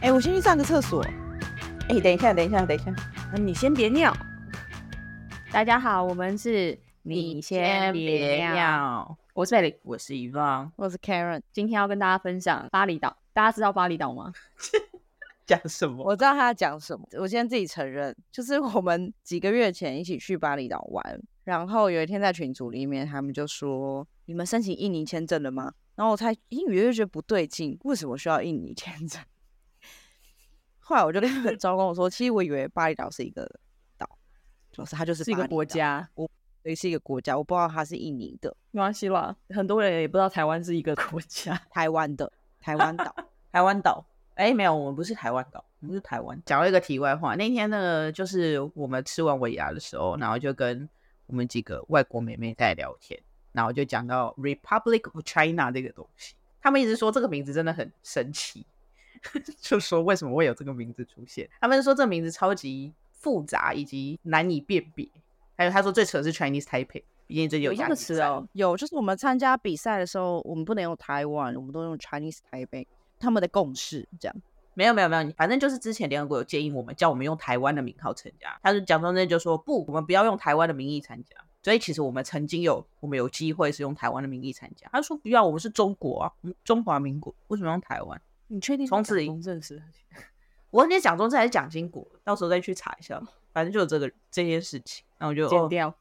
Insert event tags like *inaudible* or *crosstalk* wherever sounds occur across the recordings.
哎、我先去上个厕所。哎、等一下，等一下，等一下，呃你先别尿。大家好，我们是尿，尿。我是贝里，我是遗忘。我是 Karen，今天要跟大家分享巴厘岛。大家知道巴厘岛吗？讲什么？我知道他在讲什么，我先自己承认，就是我们几个月前一起去巴厘岛玩，然后有一天在群组里面，他们就说你们申请印尼签证了吗？然后我才隐隐约约觉得不对劲，为什么需要印尼签证？ *laughs* 后来我就跟招工我说，其实我以为巴厘岛是一个岛，就是它就是是一巴个厘国岛，家，对，是一个国家，我不知道它是印尼的、没关系啦。很多人也不知道台湾是一个国家。台湾的、台湾岛。台湾岛？哎、没有，我们不是台湾岛，我们是台湾。讲到一个题外话，那天那个就是我们吃完尾牙的时候，然后就跟我们几个外国妹妹在聊天，然后就讲到 Republic of China 这个东西，他们一直说这个名字真的很神奇， *laughs* 就说为什么会有这个名字出现？他们说这名字超级复杂以及难以辨别，还有他说最扯的是 Chinese Taipei，毕竟最近有这亚个运词赛哦，有，就是我们参加比赛的时候，我们不能用台湾，我们都用 Chinese 台北，他们的共识这样。没有没有没有，反正就是之前联合国有建议我们，叫我们用台湾的名号参加。他就蒋中正就说不，我们不要用台湾的名义参加。所以其实我们曾经有我们有机会是用台湾的名义参加。他就说不要，我们是中国啊，我们中华民国，为什么要用台湾？你确定是从此蒋以公正时期？我忘记蒋中正还是蒋经国，到时候再去查一下。反正就有这个这件事情，然后我就剪哦掉。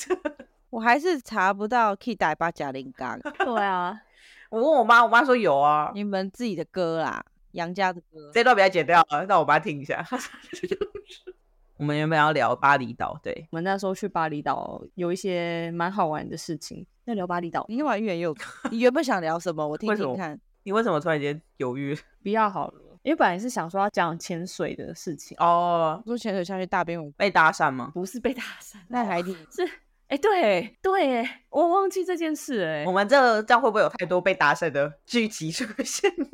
*laughs* 我还是查不到 K 代巴贾玲刚对啊，我问我妈，我妈说有啊，你们自己的歌啦，杨家的歌。这段不要剪掉啊，让我妈听一下。 *laughs* 我们原本要聊巴厘岛，对，我们那时候去巴厘岛有一些蛮好玩的事情。要聊巴厘岛你干嘛欲 *laughs* 言又止？你原本想聊什么？我听为什听么看。你为什么突然间犹豫？比较好了，因为本来是想说要讲潜水的事情，哦，我说潜水下去大便我被搭讪吗？不是被搭讪，在海底，是，哎、对对，哎，我忘记这件事，哎我，们这这样会不会有太多被搭讪的剧集出现？ *laughs*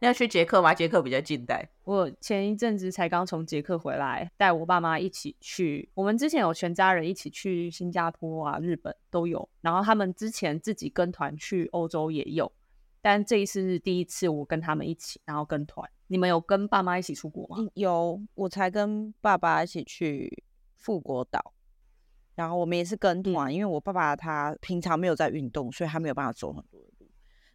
要去捷克吗？捷克比较近代。我前一阵子才刚从捷克回来，带我爸妈一起去。我们之前有全家人一起去新加坡啊、日本都有，然后他们之前自己跟团去欧洲也有，但这一次是第一次我跟他们一起，然后跟团。你们有跟爸妈一起出国吗？嗯有我才跟爸爸一起去富国岛，然后我们也是嗯跟团，因为我爸爸他平常没有在运动，所以他没有办法走很多的路。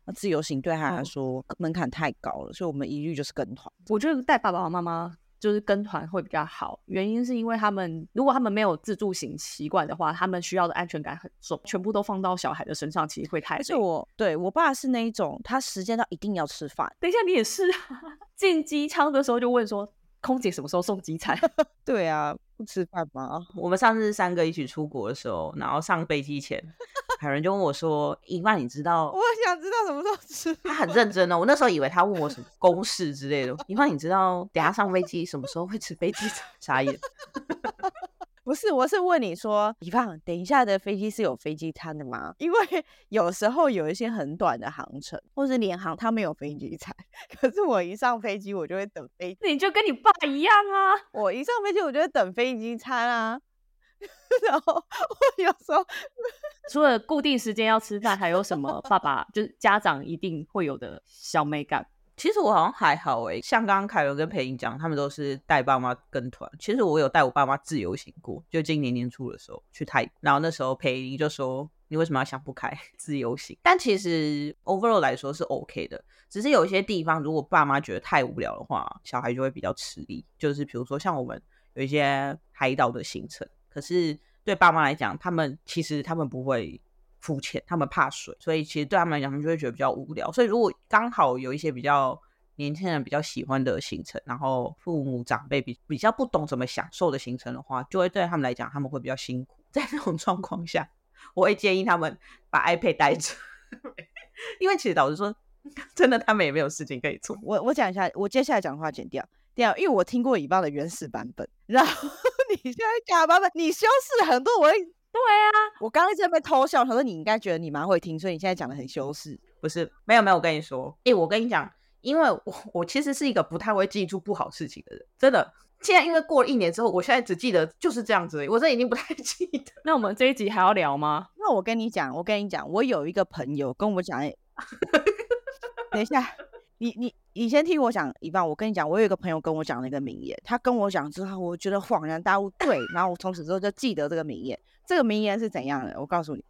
那自由行对他来哦说门槛太高了，所以我们一律就是跟团。我觉得带爸爸妈妈就是跟团会比较好，原因是因为他们如果他们没有自助行习惯的话，他们需要的安全感很重，全部都放到小孩的身上，其实会太而且累我对我爸是那一种，他时间到一定要吃饭。等一下，你也是啊， *laughs* 进机舱的时候就问说，空姐什么时候送机餐？ *laughs* 对啊，不吃饭吗？我们上次三个一起出国的时候，然后上飞机前，海伦就问我说：“伊曼，你知道我想知道什么时候吃他很认真哦。”我那时候以为他问我什么公式之类的。伊曼，你知道等下上飞机什么时候会吃飞机 *laughs* 餐？傻眼。不是，我是问你说，以放等一下的飞机是有飞机餐的吗？因为 *laughs* 有时候有一些很短的航程，或是联航，它没有飞机餐。 *laughs* 可是我一上飞机，我就会等飞，你就跟你爸一样啊，我一上飞机，我就会等飞机餐啊。 *laughs* 然后我有时候除了固定时间要吃饭，还有什么爸爸就是家长一定会有的小美感？其实我好像还好诶、像刚刚凯伦跟裴英讲，他们都是带爸妈跟团。其实我有带我爸妈自由行过，就今年年初的时候去泰国，然后那时候裴英就说：“你为什么要想不开自由行？”但其实 overall 来说是 OK 的，只是有一些地方如果爸妈觉得太无聊的话，小孩就会比较吃力。就是比如说像我们有一些海岛的行程，可是对爸妈来讲，他们其实他们不会浮潜，他们怕水，所以其实对他们来讲，他们就会觉得比较无聊。所以如果刚好有一些比较年轻人比较喜欢的行程，然后父母长辈比比较不懂怎么享受的行程的话，就会对他们来讲，他们会比较辛苦。在这种状况下，我会建议他们把 iPad 带着， *laughs* 因为其实老实说，真的他们也没有事情可以做。我我讲一下，我接下来讲的话剪掉，掉，因为我听过以棒的原始版本，然后你现在讲的版本，你修饰很多，我会对啊，我刚刚一直在被偷笑，他说你应该觉得你蛮会听，所以你现在讲的很修饰。不是，没有没有，我跟你说，诶、我跟你讲，因为我我其实是一个不太会记住不好事情的人，真的。现在因为过了一年之后，我现在只记得就是这样子而已，我这已经不太记得。 *laughs* 那我们这一集还要聊吗？那哎我跟你讲，我跟你讲，我有一个朋友跟我讲，等一下，你你你先听我讲一半，我跟你讲，我有一个朋友跟我讲了一个名言，他跟我讲之后，我觉得恍然大悟，对，然后我从此之后就记得这个名言。这个名言是怎样的？我告诉你，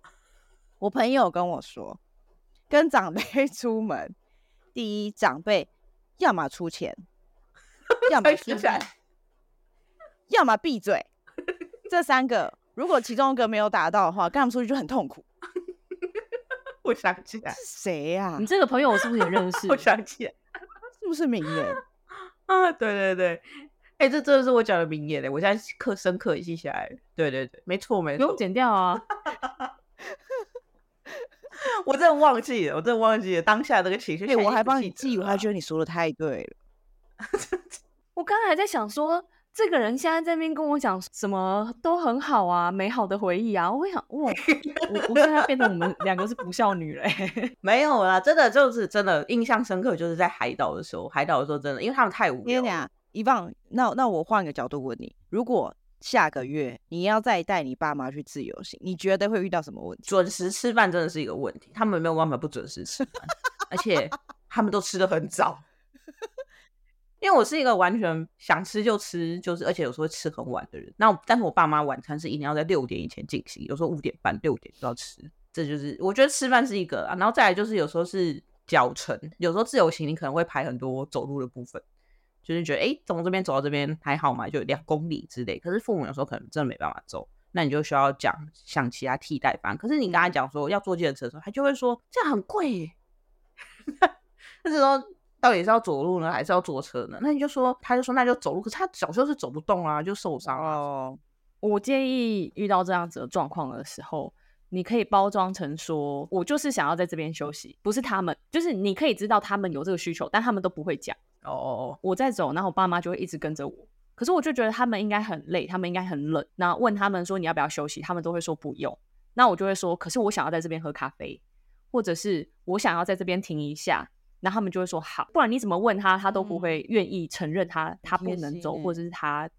我朋友跟我说，跟长辈 *laughs* 出门，第一长辈要么出钱，要么才出想起来力，要么闭嘴，这三个如果其中一个没有达到的话，跟他们出去就很痛苦。我想起来是，谁呀、嗯？你这个朋友我是不是也认识 *laughs* 我想起来是不是名言？啊，对对对，哎、这真的是我讲的名言嘞，我现在刻深刻记下来了。对对对，没错没不用错，剪掉啊！我真的忘记了，我真的忘记了当下这个情绪。哎、我还帮你记，记我还觉得你说的太对了。我刚才还在想说，这个人现在在那边跟我讲什么都很好啊，美好的回忆啊，我会想哇，我我现在变成我们两个是不孝女了欸、 *laughs* 没有啦，真的就是真的印象深刻，就是在海岛的时候，海岛的时候真的，因为他们太无聊天了。哪，一棒，那那我换个角度问你，如果下个月你要再带你爸妈去自由行，你觉得会遇到什么问题？准时吃饭真的是一个问题，他们没有办法不准时吃饭，而且他们都吃的很早。因为我是一个完全想吃就吃，就是而且有时候会吃很晚的人。那我但是我爸妈晚餐是一定要在六点以前进行，有时候五点半、六点就要吃。这就是我觉得吃饭是一个啊，然后再来就是有时候是脚程，有时候自由行你可能会排很多走路的部分，就是觉得诶，从这边走到这边还好嘛，就两公里之类。可是父母有时候可能真的没办法走，那你就需要讲想其他替代方案。可是你跟他讲说要坐计程车的时候，他就会说这样很贵耶。 *laughs* 那时候到底是要走路呢，还是要坐车呢？那你就说，他就说那就走路。可是他小时候是走不动啊，就受伤啊。哦，我建议遇到这样子的状况的时候，你可以包装成说，我就是想要在这边休息，不是他们，就是你可以知道他们有这个需求，但他们都不会讲。哦哦我在走，然后我爸妈就会一直跟着我。可是我就觉得他们应该很累，他们应该很冷。那问他们说你要不要休息，他们都会说不用。那我就会说，可是我想要在这边喝咖啡，或者是我想要在这边停一下。那他们就会说好，不然你怎么问他，他都不会愿意承认他、他嗯贴不能心嗯走，欸或者是他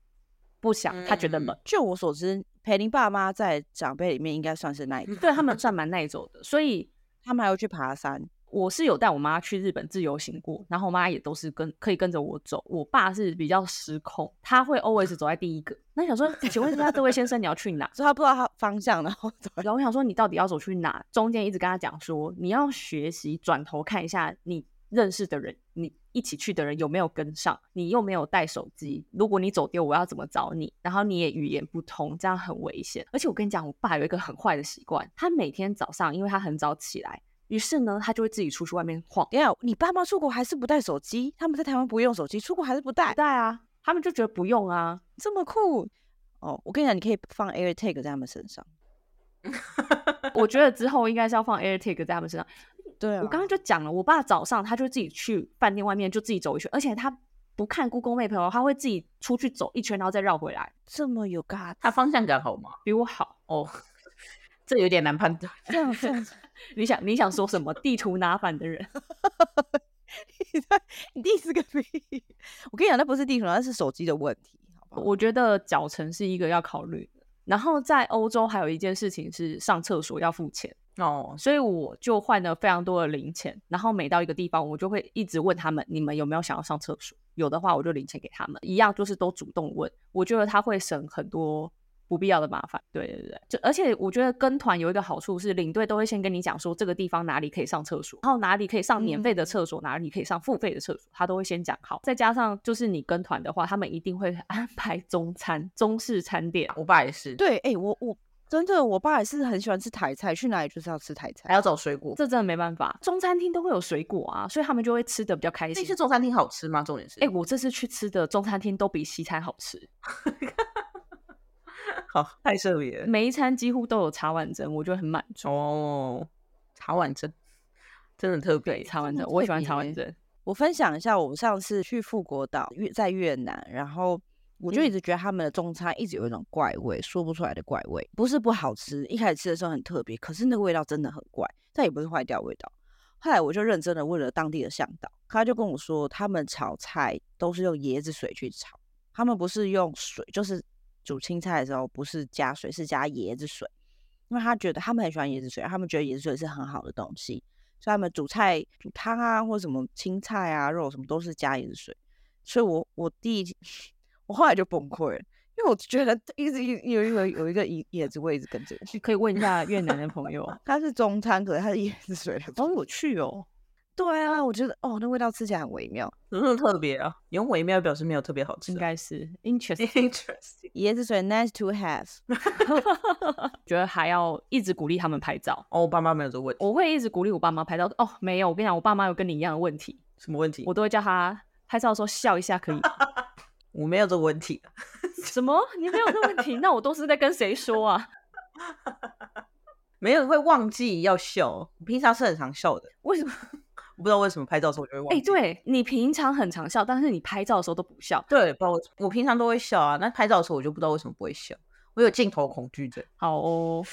不想，他觉得冷。就我所知，裴林爸妈在长辈里面应该算是那一种，对他们算蛮耐走的，所以他们还会去爬山。？我是有带我妈去日本自由行过，然后我妈也都是跟可以跟着我走。我爸是比较失控，他会 always 走在第一个。那想说，请问一下这位先生你要去哪所以他不知道他方向，然后走。然后我想说你到底要走去哪？中间一直跟他讲说你要学习转头看一下你认识的人，你一起去的人有没有跟上，你又没有带手机，如果你走丢，我要怎么找你？然后你也语言不通，这样很危险。而且我跟你讲，我爸有一个很坏的习惯，他每天早上因为他很早起来，于是呢他就会自己出去外面晃。等一下，你爸妈出国还是不带手机？他们在台湾不用手机，出国还是不带不？带啊，他们就觉得不 *laughs* 用啊。这么酷哦！我跟你讲，你可以放 AirTag 在他们身上。我觉得之后应该是要放 AirTag 在他们身上。对啊，我刚刚就讲了，我爸早上他就自己去饭店外面就自己走一圈，而且他不看 Google Map，哦他会自己出去走一圈，然后再绕回来，这么有 God，他方向感好吗？比我好。哦， *laughs* 这有点难判断。这样这样子，你想你想说什么？地图拿反 *laughs* 的人，你在 *laughs* 你 diss 个屁！我跟你讲，那不是地图，那是手机的问题，好不好？我觉得脚程是一个要考虑的。然后在欧洲还有一件事情是上厕所要付钱，哦，所以我就换了非常多的零钱，然后每到一个地方，我就会一直问他们，你们有没有想要上厕所？有的话，我就零钱给他们，一样就是都主动问。我觉得他会省很多不必要的麻烦。对对对，就而且我觉得跟团有一个好处是，领队都会先跟你讲说这个地方哪里可以上厕所，然后哪里可以上免费的厕所，哪里可以上付费的厕所，他都会先讲好。再加上就是你跟团的话，他们一定会 *laughs* 安排中餐、中式餐点。我爸也是，对，哎、我我真的，我爸也是很喜欢吃台菜，去哪里就是要吃台还菜。要找水果。这真的没办法，中餐厅都会有水果啊，所以他们就会吃的比较开那心。些中餐厅好吃吗？重点是，哎、我这次去吃的中餐厅都比西餐好吃，好，太特别了。每一餐几乎都有茶碗蒸，我觉得很满足。哦，茶碗蒸真的很特别对，。茶碗这么蒸，我也喜特欢茶别碗蒸。我分享一下，我上次去富国岛越在越南，然后我就一直觉得他们的中餐一直有一种怪味，说不出来的怪味，不是不好吃，一开始吃的时候很特别，可是那个味道真的很怪，但也不是坏掉的味道。后来我就认真的问了当地的向导，他就跟我说，他们炒菜都是用椰子水去炒，他们不是用水，就是煮青菜的时候不是加水，是加椰子水，因为他觉得他们很喜欢椰子水，他们觉得椰子水是很好的东西，所以他们煮菜、煮汤啊，或者什么青菜啊、肉什么都是加盐水。所以我我第一， *laughs* 我后来就崩溃了，因为我觉得一直有一个有一个野野子味一直跟着我。你可以问一下越南的朋友它是中餐，可是它是椰子水的。好有趣哦。对啊，我觉得哦，那味道吃起来很微妙。怎么那么特别啊？你用微妙表示没有特别好吃、应啊。该 *laughs* 是 *laughs* interesting， interesting 椰子水 nice to have，觉得还要一直鼓励他们拍照。哦，我爸妈没有这个问题，我会一直鼓励我爸妈拍照。哦，没有，我跟你讲，我爸妈有跟你一样的问题，什么问题？我都会叫他拍照的时候笑一下可以 *laughs* 吗。我没有这个问题，啊什么？你没有这问题？那我都是在跟谁说 *laughs* 啊？没有会忘记要笑。我平常是很常笑的，为什么？我不知道为什么拍照的时候我就会忘哎、记。对你平常很常笑，但是你拍照的时候都不笑。对，不知道为什么我平常都会笑啊，那拍照的时候我就不知道为什么不会笑。我有镜头恐惧症，好哦，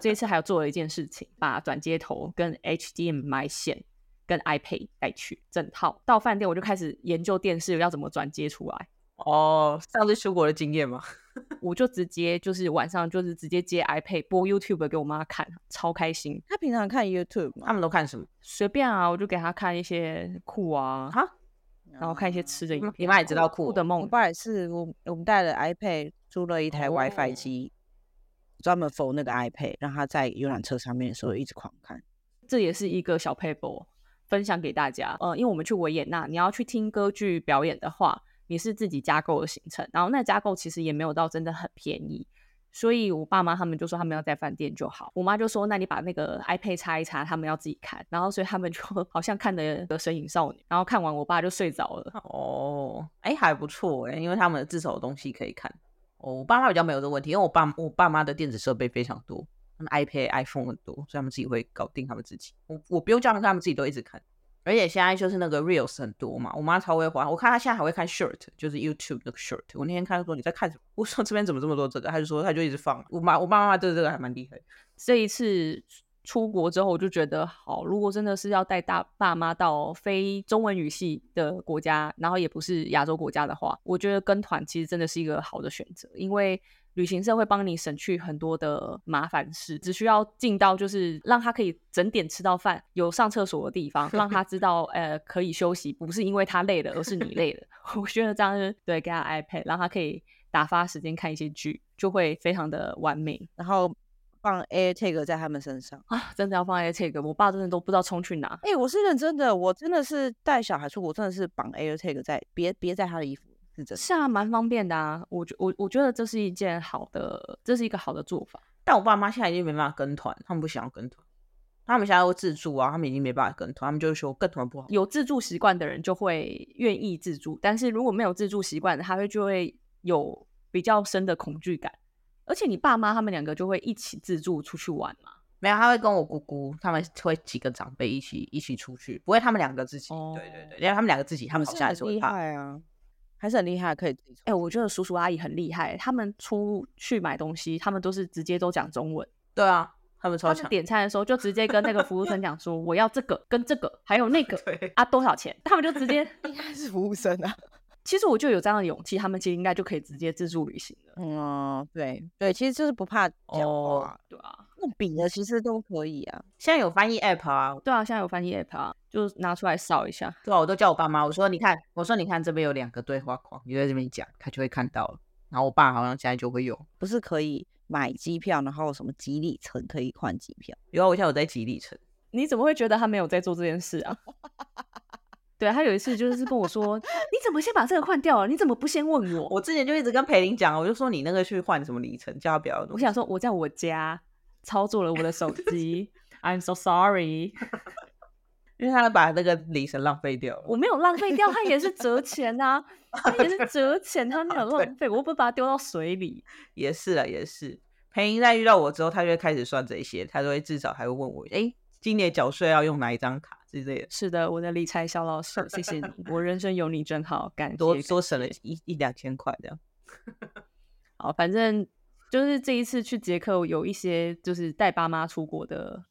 这一次还有做了一件事情，把转接头跟 HDMI 线跟 iPad 带去整套。到饭店我就开始研究电视要怎么转接出来，哦，上次出国的经验嘛，我就直接就是晚上就是直接接 iPad 播 YouTube 给我妈看，超开心。他平常看 YouTube 嘛他，们都看什么？随便啊，我就给她看一些酷啊，哈，然后看一些吃的影嗯片。你妈也知道酷酷的我梦爸也是，我我们带了 iPad 租了一台哦 WiFi 机，专门 for 那个 iPad，让他在游览车上面的时候一直狂看。这也是一个小 paper 分享给大家。呃，因为我们去维也纳，你要去听歌剧表演的话，你是自己加购的行程，然后那加购其实也没有到真的很便宜。所以我爸妈他们就说他们要在饭店就好，我妈就说那你把那个 iPad 插一插，他们要自己看。然后所以他们就 *laughs* 好像看的《神隐少女》，然后看完我爸就睡着了。哦，哎、还不错哎、因为他们至少有东西可以看。哦，我爸妈比较没有这个问题，因为我爸我爸妈的电子设备非常多，他们 iPad、iPhone 很多，所以他们自己会搞定他们自己。我我不用叫他们，他们自己都一直看。而且现在就是那个 Reels 很多嘛，我妈超会滑，我看她现在还会看 Short，就是 YouTube 那个 Short。我那天看她说你在看什么，我说这边怎么这么多这个，她就说她就一直放。我妈我爸妈对这个还蛮厉害的。这一次出国之后，我就觉得好，如果真的是要带大爸妈到非中文语系的国家，然后也不是亚洲国家的话，我觉得跟团其实真的是一个好的选择，因为。旅行社会帮你省去很多的麻烦事，只需要进到就是让他可以整点吃到饭，有上厕所的地方，让他知道呃可以休息，不是因为他累了，而是你累了。 *laughs* 我觉得这样就是对，给他 iPad，让他可以打发时间看一些剧，就会非常的完美。然后放 AirTag 在他们身上。啊，真的要放在这个，我爸真的都不知道冲去哪。哎、我是认真的，我真的是带小孩出国，真的是绑 AirTag 在别别在他的衣服，是真的。是啊，蛮方便的啊，我觉我我觉得这是一件好的，这是一个好的做法。但我爸妈现在已经没办法跟团，他们不想要跟团，他们现在都自助啊，他们已经没办法跟团，他们就说跟团不好。有自助习惯的人就会愿意自助，但是如果没有自助习惯，他会就会有比较深的恐惧感。而且你爸妈他们两个就会一起自助出去玩嘛，没有，他会跟我姑姑，他们会几个长辈一起一起出去，不会他们两个自己。哦对对对，因为他们两个自己，他们好是像还很是会厉怕。害啊，还是很厉害，可以自己出。哎、我觉得叔叔阿姨很厉害，他们出去买东西，他们都是直接都讲中文。对啊，他们超他们强。点餐的时候就直接跟那个服务生讲说，我要这个跟这个，还有那个对，啊多少钱，他们就直接应该是服务生啊。其实我就有这样的勇气，他们其实应该就可以直接自助旅行了。嗯 *laughs* 哦，对对，其实就是不怕讲哦话，对啊，那比的其实都可以啊。现在有翻译 app 啊，对啊，现在有翻译 app 啊，就拿出来扫一下。对啊，我都叫我爸妈，我说你看，我说你看这边有两个对话框，你在这边讲，他就会看到了。然后我爸好像现在就会有，不是可以买机票，然后什么几里程可以换机票？因为我现在有在集里程，你怎么会觉得他没有在做这件事啊？ *laughs* 对啊他有一次就是跟我说，你怎么先把这个换掉啊？你怎么不先问我？我我之前就一直跟培林讲，我就说你那个去换什么里程，叫他不要弄。我想说我在我家操作了我的手机，I'm so sorry，因为他把那个里程浪费掉了。我没有浪费掉，它也是折钱啊，它也是折钱，它没有对浪费，我又不会把它丢到水里。也是啊，也是。培英在遇到我之后，他就会开始算这些，他就会至少还会问我，哎、今年缴税要用哪一张卡之类的，是的，我的理财小老师，谢谢你，我人生有你真好，感谢多感多省了谢一一两千块这样。好，反正就是这一次去捷克有一些就是带爸妈出国的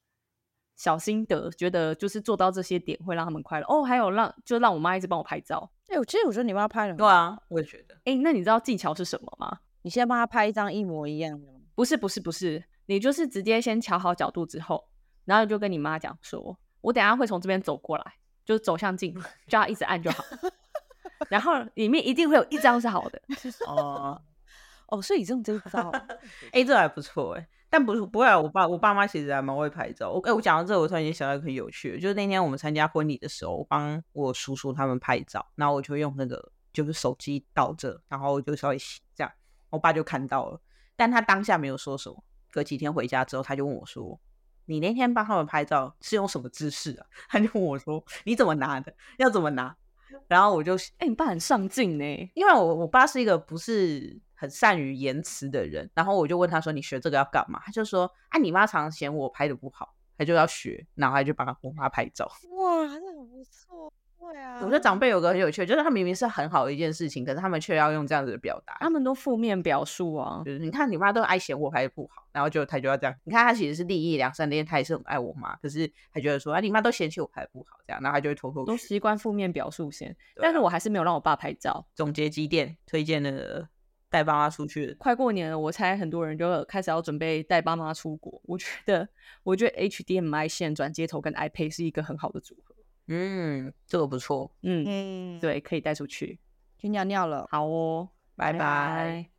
小心得，觉得就是做到这些点会让他们快乐哦。还有让就让我妈一直帮我拍照。哎、我其实我觉得你帮他拍了，对，啊，我也觉得。哎，那你知道技巧是什么吗？你先帮他拍一张一模一样 *laughs* 的吗，不是，不是，不是，你就是直接先调好角度之后，然后你就跟你妈讲说，我等一下会从这边走过来，就是走向镜，就要一直按就好。然后里面一定会有一张是好的， *laughs* 哦，哦，所以你用这一 *laughs* 招哎、这还不错哎、但不是不会啊，我爸我爸妈其实还蛮会拍照。我哎、我讲到这，我突然间想到一个很有趣的，就是那天我们参加婚礼的时候，我帮我叔叔他们拍照，然后我就用那个就是手机倒着，然后我就稍微洗这样，我爸就看到了，但他当下没有说什么。隔几天回家之后，他就问我说：“你那天帮他们拍照是用什么姿势啊？” *laughs* 他就问我说：“你怎么拿的？要怎么拿？”然后我就哎、你爸很上进呢。因为我我爸是一个不是很善于言辞的人，然后我就问他说：“你学这个要干嘛？”他就说：“啊，你妈常嫌我拍的不好，他就要学，然后他就帮我妈拍照。哇，这很不错，对啊我觉得长辈有个很有趣的，就是他明明是很好的一件事情，可是他们却要用这样子的表达。他们都负面表述啊，就是你看你妈都爱嫌我拍的不好，然后就他就要这样。你看他其实是利益良善的，因为他也是很爱我妈，可是他觉得说啊，你妈都嫌弃我拍的不好，这样，然后他就会偷偷都去习惯负面表述先。对但是啊我还是没有让我爸拍照。总结几点推荐那个带爸妈出去，快过年了，我猜很多人就开始要准备带爸妈出国。我觉得，我觉得 HDMI 线转接头跟 iPad 是一个很好的组合。嗯，这个不错，嗯，嗯，对，可以带出去。去尿尿了。好哦，拜拜拜拜